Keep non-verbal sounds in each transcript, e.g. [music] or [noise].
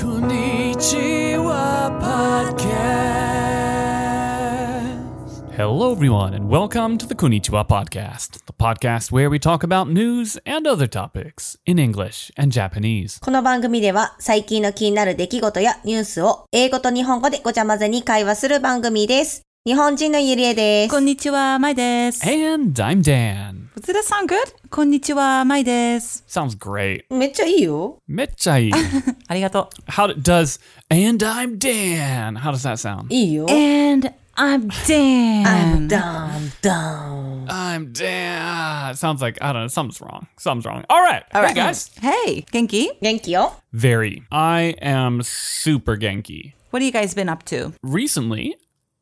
こんにちは、podcast. Hello, everyone, and welcome to the Konnichiwa podcast, the podcast where we talk about news and other topics in English and Japanese. この番組では最近の気になる出来事やニュースを英語と日本語でごちゃ混ぜに会話する番組です。日本人のゆりえです。こんにちは、まいです。 And I'm Dan. Does that sound good? こんにちは、まいです。 Sounds great. めっちゃいいよ。 Mechai. [laughs] [laughs] ありがと How d- does and I'm Dan? How does that sound? いいよう。。And I'm Dan. I'm down, down. I'm Dan. Sounds like I don't know. Something's wrong. Something's wrong. All right. All right, guys. Hey, 元気元気よ。 Very. I am super genki. What have you guys been up to? Recently,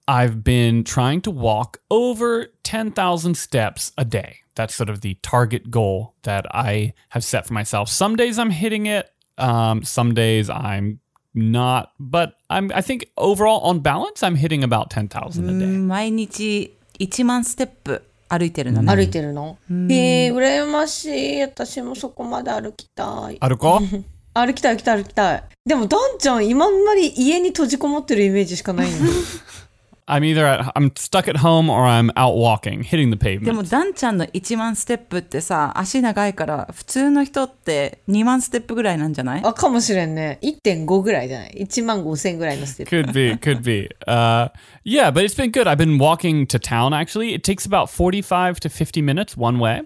I've been trying to walk over 10,000 steps a day. That's sort of the target goal that I have set for myself. Some days I'm hitting it, um, some days I'm not, but I'm I think overall on balance I'm hitting about 10,000 a day. 毎日1万ステップ歩いてるのね。歩いてるのへえ、羨ましい。私もそこまで歩きたい。 Aruko? 歩きたい、歩きたい、歩きたい。でも、ダンちゃん、今あんまり家に閉じこもってるイメージしか [laughs] ないよ。 I'm either at, I'm stuck at home or I'm out walking, hitting the で pavement. も、ダンちゃんの1万ステップってさ、足長いから、普通の人って2万ステップぐらいなんじゃないあ、かもしれんね。1.5ぐらいじゃない ?1 万5千ぐらいのステップ。 could be could be uh yeah but it's been good i've been walking to town actually it takes about 45 to 50 minutes one way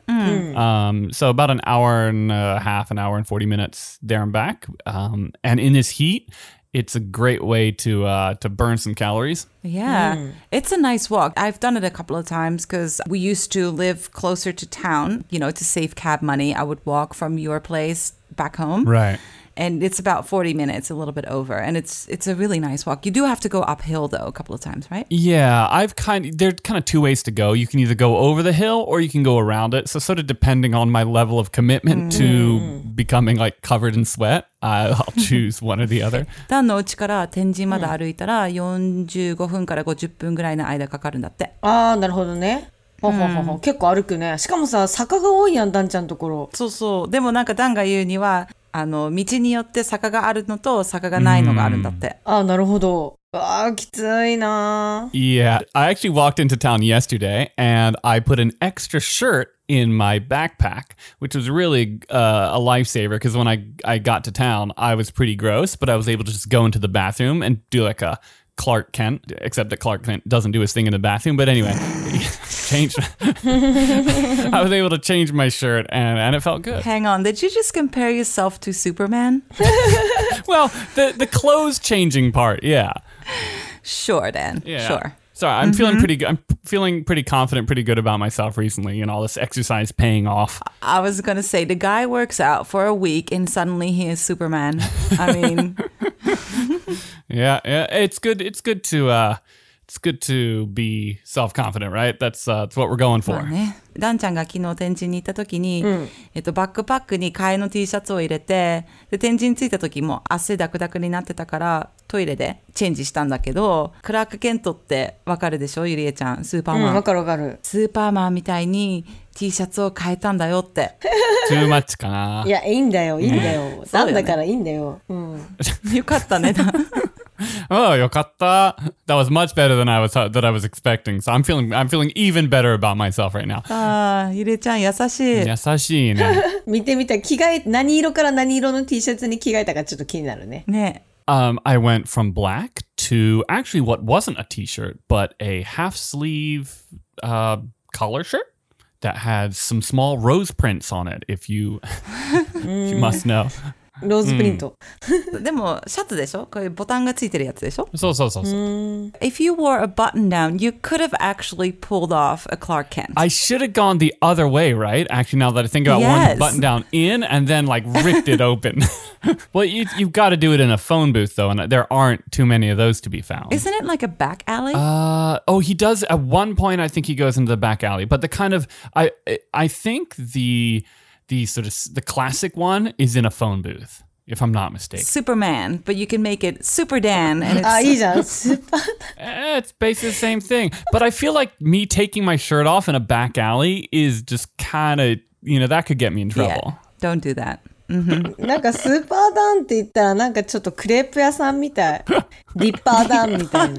um so about an hour and a half an hour and 40 minutes there and back um and in this heat it's a great way to uh to burn some calories Yeah, it's a nice walk. I've done it a couple of times because we used to live closer to town. You know, to save cab money, I would walk from your place back home. right And it's about 40 minutes, a little bit over. And it's it's a really nice walk. You do have to go uphill though a couple of times, right? yeah i've kind there are kind of two ways to go you can either go over the hill or you can go around it so sort of depending on my level of commitment to becoming like covered in sweat I- i'll [laughs] choose one or the other 段のうちから天神まで歩いたら45分から50分ぐらいの間かかるんだって。ああ、なるほどね。ほうほうほうほう結構歩くね。しかもさ、坂が多いやん、ダンちゃんのところ。そうそう。でもなんか段が言うには、あの、道によって坂があるのと坂がないのがあるんだって。ああ、なるほど。ああ、きついな Yeah, I actually walked into town yesterday and I put an extra shirt in my backpack, which was really uh, a lifesaver because when I, I got to town, I was pretty gross, but I was able to just go into the bathroom and do like a Clark Kent, except that Clark Kent doesn't do his thing in the bathroom. But anyway, [laughs] change. [laughs] I was able to change my shirt and, and it felt good. Hang on, did you just compare yourself to Superman? Well, the, the clothes changing part, yeah. Sure, Dan. Yeah. Sure. Sorry, I'm feeling pretty good. I'm p- feeling pretty confident, pretty good about myself recently, and all this exercise paying off. I was going to say the guy works out for a week and suddenly he is Superman. I mean, Yeah, yeah. It's good. It's good to. uh It's good to be self confident, right? That's uh, that's what we're going まあ for. ね、ダンちゃんが昨日天神に行った時に、えっと、バックパックに替えの T シャツを入れて、で、天神に着いた時も汗ダクダクになってたから、トイレでチェンジしたんだけど、クラーク・ケントってわかるでしょゆりえちゃん、スーパーうん、マン。わかるわかる。スーパーマンみたいに T シャツを変えたんだよ [laughs] って。 [laughs] Too much, かないや、いいんだよ、いいんだよ。 [laughs] そダうよンねだからいいんだよ。うん。よかったね。ダン Oh, yokatta. That was much better than I was uh, that I was expecting. So I'm feeling I'm feeling even better about myself right now. ああ、ゆりえちゃん優しい。 Yasashii 見てみたい。着替え、何色から何色の T シャツに着替えたかちょっと気になるね。ね。 Um, I went from black to actually what wasn't a t-shirt, but a half-sleeve uh, collar shirt that had some small rose prints on it. If you, [laughs] if you must know. ローズプリント。でも、シャツでしょこういうボタンがついてるやつでしょ [laughs] So so so. so. If you wore a button down, you could have actually pulled off a Clark Kent. I should have gone the other way, right? Actually, now that I think about one Yes. button down in and then like ripped it open. [laughs] well, you, you've got to do it in a phone booth though, and there aren't too many of those to be found. Isn't it like a back alley? Uh, oh, he does. At one point, I think he goes into the back alley. But the kind of I I think the the sort of s- the classic one is in a phone booth, if I'm not mistaken. Superman, but you can make it Super Dan, and あ、いい it's じゃん。スーパー。 Eh, it's basically the same thing. But I feel like me taking my shirt off in a back alley is just kind of you know that could get me in Yeah, trouble. don't do that. なんかスーパーダンって言ったらなんかちょっとクレープ屋さんみたい。 [laughs] リッパーダンみたいな。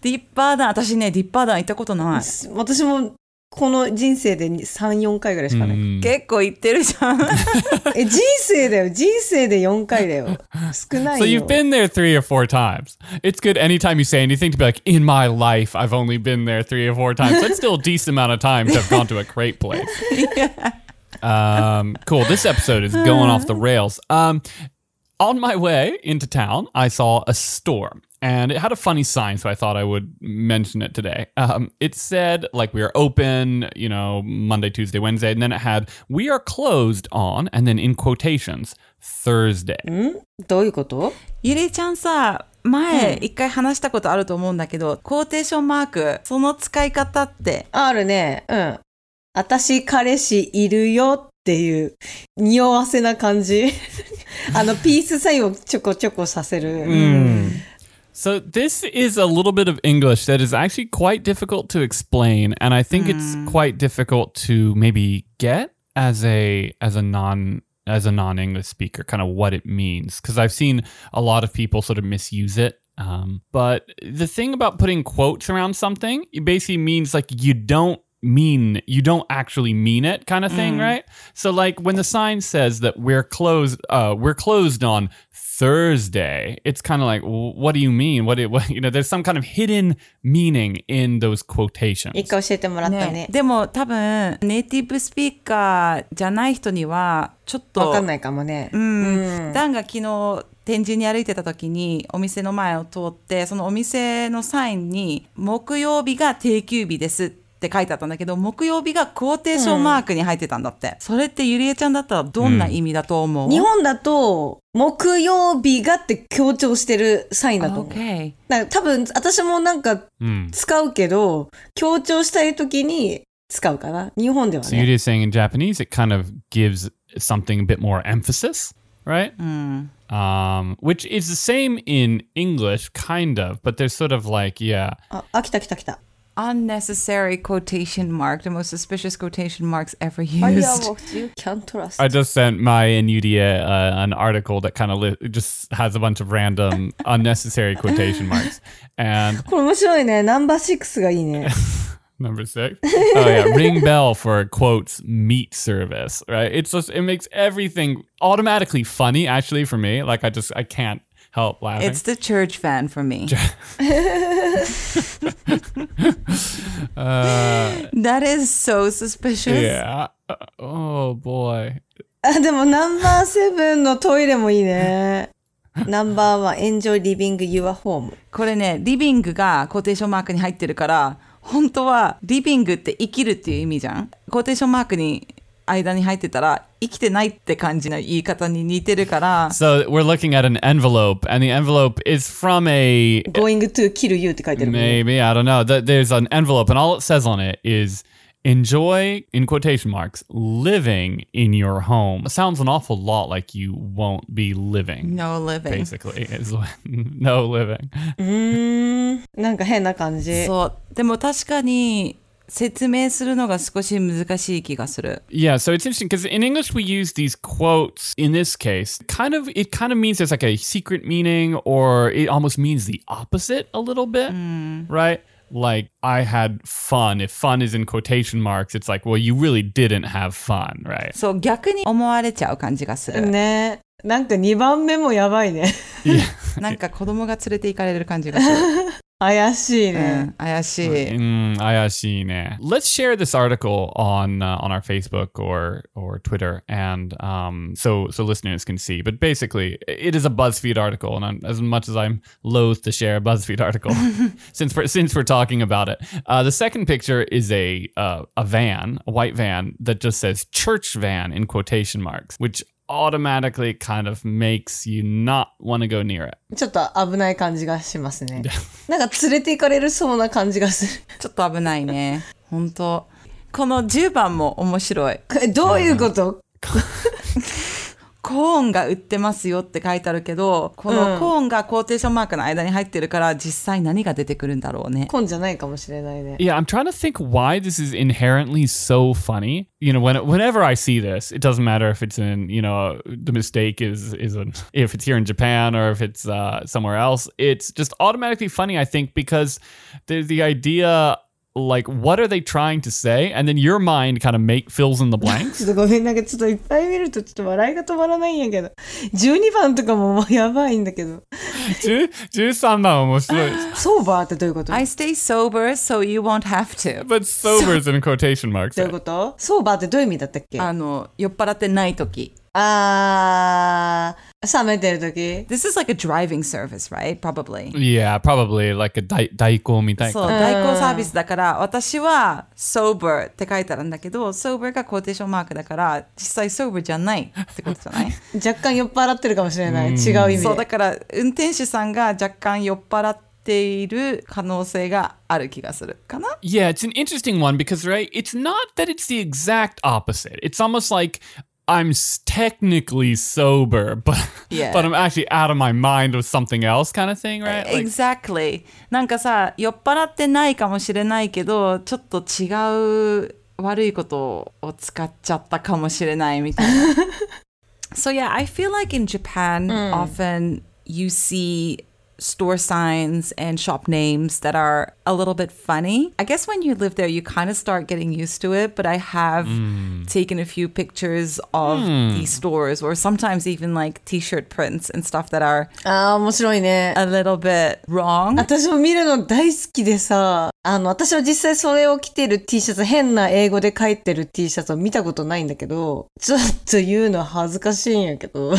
ディッパーダン、私ね、ディッパーダン行ったことない。私もこの人生で3、4回ぐらいしかない。結構行ってるじ [laughs] ゃん。 [laughs] え、人生だよ。人生で4回だ [laughs] よ。少ないよ。 So you've been there three or four times. It's good anytime you say anything to be like, in my life, I've only been there three or four times. That's still a decent amount of time to have gone to a crepe place. Um, cool. This episode is going off the rails. Um, on my way into town, I saw a store and it had a funny sign, so I thought I would mention it today. Um, it said, like, we are open, you know, Monday, Tuesday, Wednesday, and then it had, we are closed on, and then in quotations, Thursday. どういうことゆりえちゃんさ、前、一回話したことあると思うんだけど、コーテーションマーク、その使い方って、あるね。うん。私、彼氏いるよっていう、匂わせな感じ。 [laughs] あの、ピースサインをちょこちょこさせる。 So this is a little bit of English that is actually quite difficult to explain, and I think it's quite difficult to maybe get as a as a non as a non English speaker, kind of what it means, because I've seen a lot of people sort of misuse it. Um, but the thing about putting quotes around something, it basically means like you don't mean you don't actually mean it kind of thing right so like when the sign says that we're closed uh we're closed on thursday it's kind of like well, what do you mean what, do- [laughs] what you know there's some kind of hidden meaning in those quotations 一回教えてもらったね。でも多分、ネイティブスピーカーじゃない人には、ちょっと、わかんないかもね。うん、ダンが昨日天神に歩いてた時にお店の前を通ってそのお店のサインに「木曜日が定休日です」って書いてあったんだけど木曜日がコーテーションマークに入ってたんだって、それってゆりえちゃんだったらどんな意味だと思う、日本だと、木曜日がって強調してるサインだと思う。 OK なんか多分、私もなんか Mm. 使うけど、強調したい時に使うかな。日本では so you're ね。 just saying in japanese it kind of gives something a bit more emphasis right うん、 um which is the same in english kind of but there's sort of like yeah あ、あ、来た来た来た。 Unnecessary quotation mark, the most suspicious quotation marks ever ファイ used. アーボー you can trust. I just sent my and Yudia uh, an article that kind of li- just has a bunch of random unnecessary quotation marks. And これ面白いね。ナンバーシックスがいいね。 number six, oh yeah, ring bell for quotes meat service. Right? It's just it makes everything automatically funny. Actually, for me, like I just I can't help laughing. It's the church fan for me. [laughs] [laughs] Uh, That is so suspicious. yeah. Uh, Oh boy. あ、でもナンバーセブンのトイレもいいね。ナンバーワン、enjoy living your home。これね、リビングがコーテーションマークに入ってるから、本当はリビングって生きるっていう意味じゃん。コーテーションマークに間に入ってたら、生きてないって感じの言い方に似てるから、 So we're looking at an envelope, and the envelope is from a going to kill you って書いてるもんね。 Maybe I don't know. Th- There's an envelope, and all it says on it is "enjoy" in quotation marks living in your home. It sounds an awful lot like you won't be living. no living. Basically, [laughs] is what- no living. なんか変な感じ。そう。でも確かに、説明するのが少し難しい気がする。 Yeah, so it's interesting because in English we use these quotes. In this case, kind of it kind of means there's like a secret meaning, or it almost means the opposite a little bit, right? Like I had fun. If fun is in quotation marks, it's like, well, you really didn't have fun, [laughs] right? そう、逆に思われちゃう感じがする。ね。なんか2番目もやばいね。 [laughs] なんか子供が連れて行かれる感じがする。 [laughs] 怪しいうね。ん、怪しい。 Mm, ayashine. Let's share this article on uh, on our Facebook or or Twitter, and um, so so listeners can see. But basically, it is a BuzzFeed article, and I'm, as much as I'm loath to share a BuzzFeed [laughs] article, since we're since we're talking about it, uh, the second picture is a uh, a van, a white van that just says "church van" in quotation marks, which automatically kind of makes you not want to go near it. ちょっと危ない感じがしますね。なんか連れて行かれるそうな感じがする。ちょっと危ないね。本当この10番も面白い。これどういうことコーンが売ってますよって書いてあるけど、こうんのコーンがコーテーションマークの間に入ってるから、実際何が出てくるんだろうね。コンじゃないかもしれないね。 Yeah, I'm trying to think why this is inherently so funny. You know, when whenever I see this, it doesn't matter if it's in, you know, the mistake is is in, if it's here in Japan or if it's uh, somewhere else. It's just automatically funny, I think, because the the idea like what are they trying to say, and then your mind kind of make fills in the ち [laughs] blanks. ょっとごめん、なんかちょっといっぱい見るとちょっと笑いが止まらないんやけど。12番とかももうやばいんだけど。 Ju- Ju-san-man面白い。ソーバーってどういうこと I stay sober so you won't have to. but sober is in quotation [laughs] marks. どういうことソーバーってどういう意味だったっけああの、酔っ払ってない時。あー、冷めてるとき This is like a driving service, right? Probably. Yeah, probably like a dai- daikoみたいな。そう、代行サービスだから、私は sober って書いてあるんだけど、sober がコーテーションマークだから、実際 sober じゃないってこと [laughs] じゃない若干酔っ払ってるかもしれない。違う意味そう、でだ。から運転手さんが若干酔っ払っている可能性がある気がするかな Yeah, it's an interesting one because, right, it's not that it's the exact opposite. It's almost like I'm s- technically sober, [laughs] but Yeah. but I'm actually out of my mind with something else kind of thing, right? Like, Exactly. なんかさ、酔っ払ってないかもしれないけど、ちょっと違う悪いことを使っちゃったかもしれないみたいな。so yeah, I feel like in Japan, often you see store signs and shop names that are a little bit funny. I guess when you live there, you kind of start getting used to it, but I have taken a few pictures of these stores or sometimes even like t-shirt prints and stuff that are あー、面白いね。 a little bit wrong. 私も見るの大好きでさ、あの、私は実際それを着てる T シャツ、変な英語で書いてる T シャツを見たことないんだけど、ちょっと言うのは恥ずかしいんやけど、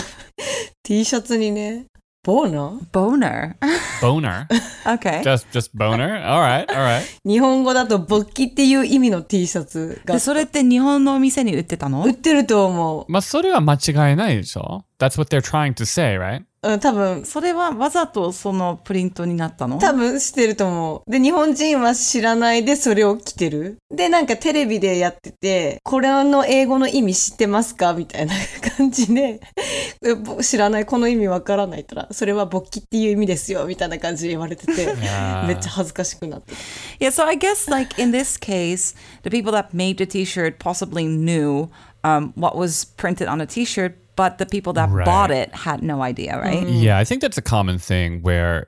T シャツにね、ボーナ Boner. boner. Okay. just just boner. All right, all right. 日本語だと勃起っていう意味の T シャツがで [laughs] それって日本のお店に売ってたの売ってると思まあ、それは間違いないでしょ? That's what they're trying to say, right? う。うん、多分、それはわざとそのプリントになったの多分してると思う。で、日本人は知らないでそれを着てる。で、なんかテレビでやってて、これの英語の意味知ってますかみたいな感じで、 [laughs] でぼ知らない、この意味わからないから、それは勃起っていう意味ですよ、みたいな感じで言われてて、ーめっちゃ恥ずかしくなって。 Yeah, so I guess like in this case, the people that made the t-shirt possibly knew um, what was printed on a t-shirt, but the people that Right. bought it had no idea, Mm-hmm. right? Yeah, I think that's a common thing where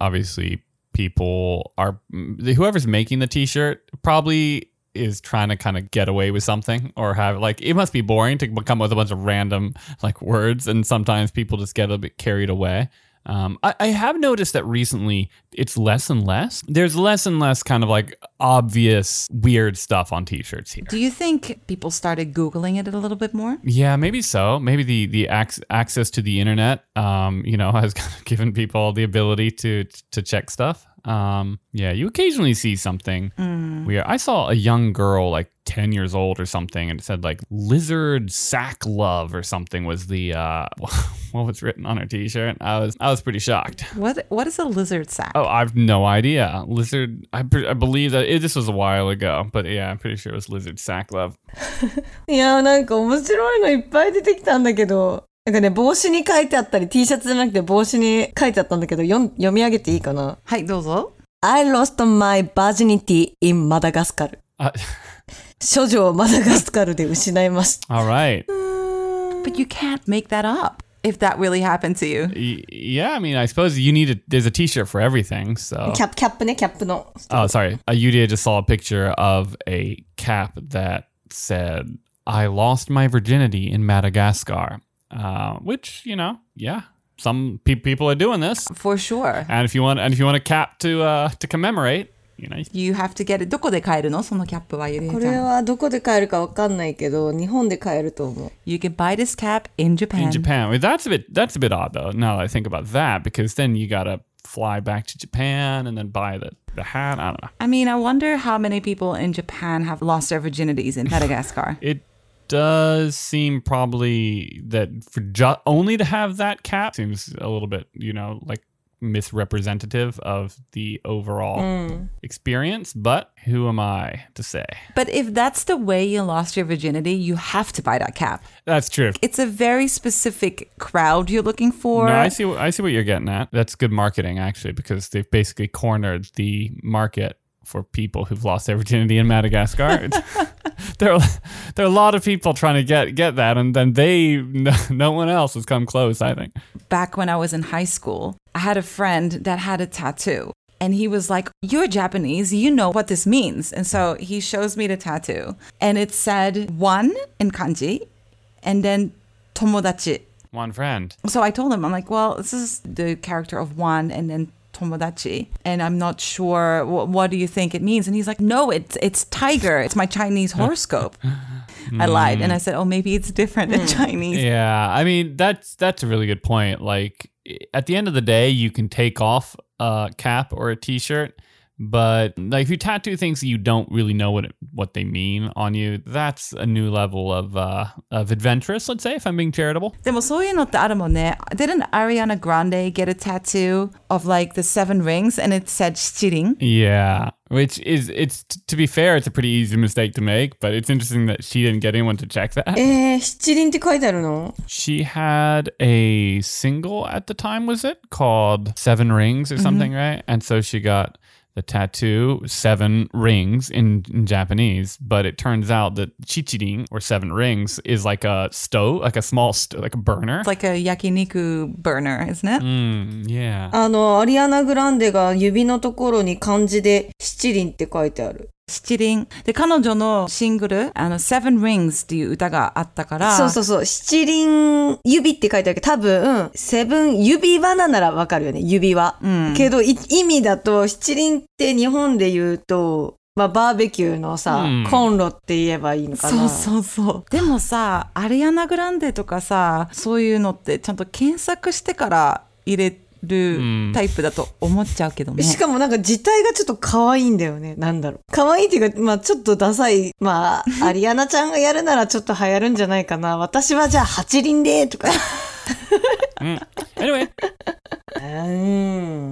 obviously people are mm, whoever's making the t-shirt probably is trying to kind of get away with something or have like it must be boring to come up with a bunch of random like words and sometimes people just get a bit carried away. Um, I, I have noticed that recently it's less and less. There's less and less kind of like obvious weird stuff on t-shirts here. Do you think people started googling it a little bit more? Yeah, maybe so. Maybe the the ac- access to the internet, um, you know, [laughs] has kind of given people the ability to to check stuff. Um, yeah, you occasionally see something weird. I saw a young girl, like ten years old or something, and it said like "lizard sack love" or something was the uh, [laughs] what was written on her T-shirt. I was I was pretty shocked. What what is a lizard sack? Oh, I've no idea. Lizard. I, pre- I believe that it, this was a while ago, but yeah, I'm pretty sure it was lizard sack love. いやーなんか面白いのいっぱい出てきたんだけど、なんかね、帽子に書いてあったり、T シャツじゃなくて帽子に書いてあったんだけど、読ん読み上げていいかなはい、どうぞ。 I lost my virginity in Madagascar. Uh, [laughs] 処女をマダガスカルで失いました。 all right. But you can't make that up if that really happened to you. Y- yeah, I mean, I suppose you need a, there's a T-shirt for everything. So, キャップ、キャップね、キャップの。 oh, sorry, uh, Yudia just saw a picture of a cap that said "I lost my virginity in Madagascar," uh, which you know, yeah, some pe- people are doing this. For sure. And if you want, and if you want a cap to uh, to commemorate, you know, You have to get it. どこで買えるのそのキャップはゆりえこちれゃん。はどこで買えるかわかんないけど、日本で買えると思う。 You can buy this cap in in Japan. Japan, Well, that's a bit that's a bit odd though. Now that I think about that, because then you gotta fly back to Japan and then buy the the hat. I don't know. I mean, I wonder how many people in Japan have lost their virginities [laughs] in Madagascar. It does seem probably that for ju- only to have that cap seems a little bit, you know, like misrepresentative of the overall うん。 experience, but who am I to say? But if that's the way you lost your virginity, you have to buy that cap. That's true. It's a very specific crowd you're looking for. No, I see. what- I see what you're getting at. That's good marketing, actually, because they've basically cornered the market for people who've lost their virginity in Madagascar. [laughs] It's- there, are, there are a lot of people trying to get get that, and then they, [laughs] no, no one else has come close. I think. Back when I was in high school, I had a friend that had a tattoo. And he was like, You're Japanese, you know what this means. And so he shows me the tattoo. And it said one in kanji and then tomodachi. One friend. So I told him, I'm like, well, this is the character of one and then Tomodachi, and I'm not sure wh- what do you think it means. And he's like, no, it's it's tiger. It's my [laughs] Chinese horoscope. I lied and I said, oh, maybe it's different in Chinese. Mm. Yeah, I mean that's that's a really good point. Like at the end of the day, you can take off a cap or a t-shirt, but like if you tattoo things that you don't really know what it, what they mean on you, that's a new level of uh, of adventurous. Let's say if I'm being charitable. でもそういうのってあるもんね。Didn't Ariana Grande get a tattoo of like the seven rings and it said 七輪? Yeah, which is it's to be fair, it's a pretty easy mistake to make, but it's interesting that she didn't get anyone to check that. えー、七輪って書いてあるの She had a single at the time, was it called Seven Rings or something, right? And so she got the tattoo Seven Rings in, in Japanese, but it turns out that chichirin or Seven Rings is like a stove, like a small stove, like a burner. It's like a yakiniku burner, isn't it? Mm, yeah. あの、アリアナ・グランデが指のところに漢字で七輪って書いてある。七輪。で、彼女のシングル、あの、Seven Rings っていう歌があったから、そうそうそう。七輪指って書いてあるけど、多分、セブン指輪なならわかるよね。指輪。うんけど、い意味だと、七輪って日本で言うと、まあ、バーベキューのさ、うんコンロって言えばいいのかな。う。うそうでもさアリアナ・グランデとかさそういうのってちゃんと検索してから入れるタイプだと思っちゃうけどね、しかもなんか字体がちょっと可愛いんだよね。なんだろう。可愛いっていうか、まあちょっとダサい。 [laughs] まあ、アリアナちゃんがやるならちょっと流行るんじゃないかな。私はじゃあ八輪で、とか。 [laughs] Mm. Anyway, う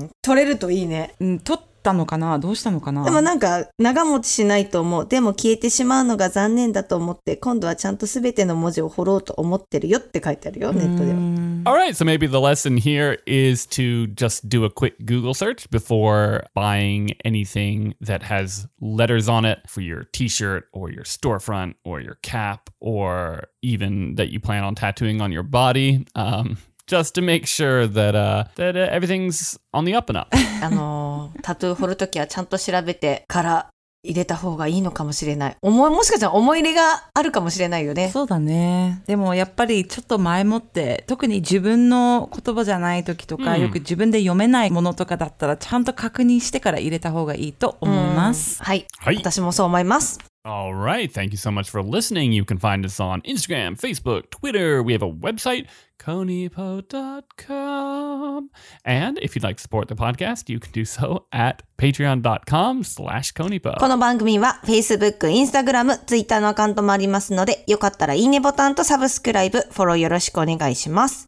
ん。取れるといいね。うん、撮ったのかなどうしたのかなでもなんか長持ちしないと思う。でも消えてしまうのが残念だと思って、今度はちゃんとすべての文字を掘ろうと思ってるよって書いてあるよ、ネットでは。 all right. So maybe the lesson here is to just do a quick Google search before buying anything that has letters on it for your t shirt or your storefront or your cap or even that you plan on tattooing on your body. Um, just to make sure that uh, that uh, everything's on the up and up. あのー、タトゥー掘るときはちゃんと調べてから入れた方がいいのかもしれない。思い、もしかしたら思い入れがあるかもしれないよね。そうだねでもやっぱりちょっと前もって特に自分の言葉じゃない時とか、うんよく自分で読めないものとかだったらちゃんと確認してから入れた方がいいと思います、はい。はい私もそう思います。 All right. Thank you so much for listening. You can find us on Instagram, Facebook, Twitter. We have a website, conipo.com. And if you'd like to support the podcast, you can do so at patreon.com slash こ conipo. の番組は Facebook、Instagram、Twitter のアカウントもありますので、よかったらいいねボタンとサブスクライブ、フォローよろしくお願いします。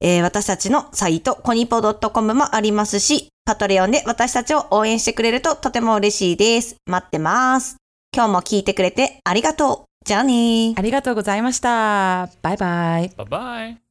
えー私たちのサイト、コニポ .com もありますし、パトレオンで私たちを応援してくれるととても嬉しいです。待ってます。今日も聞いてくれてありがとう。じゃあねー。ありがとうございましたバイバイ Bye bye.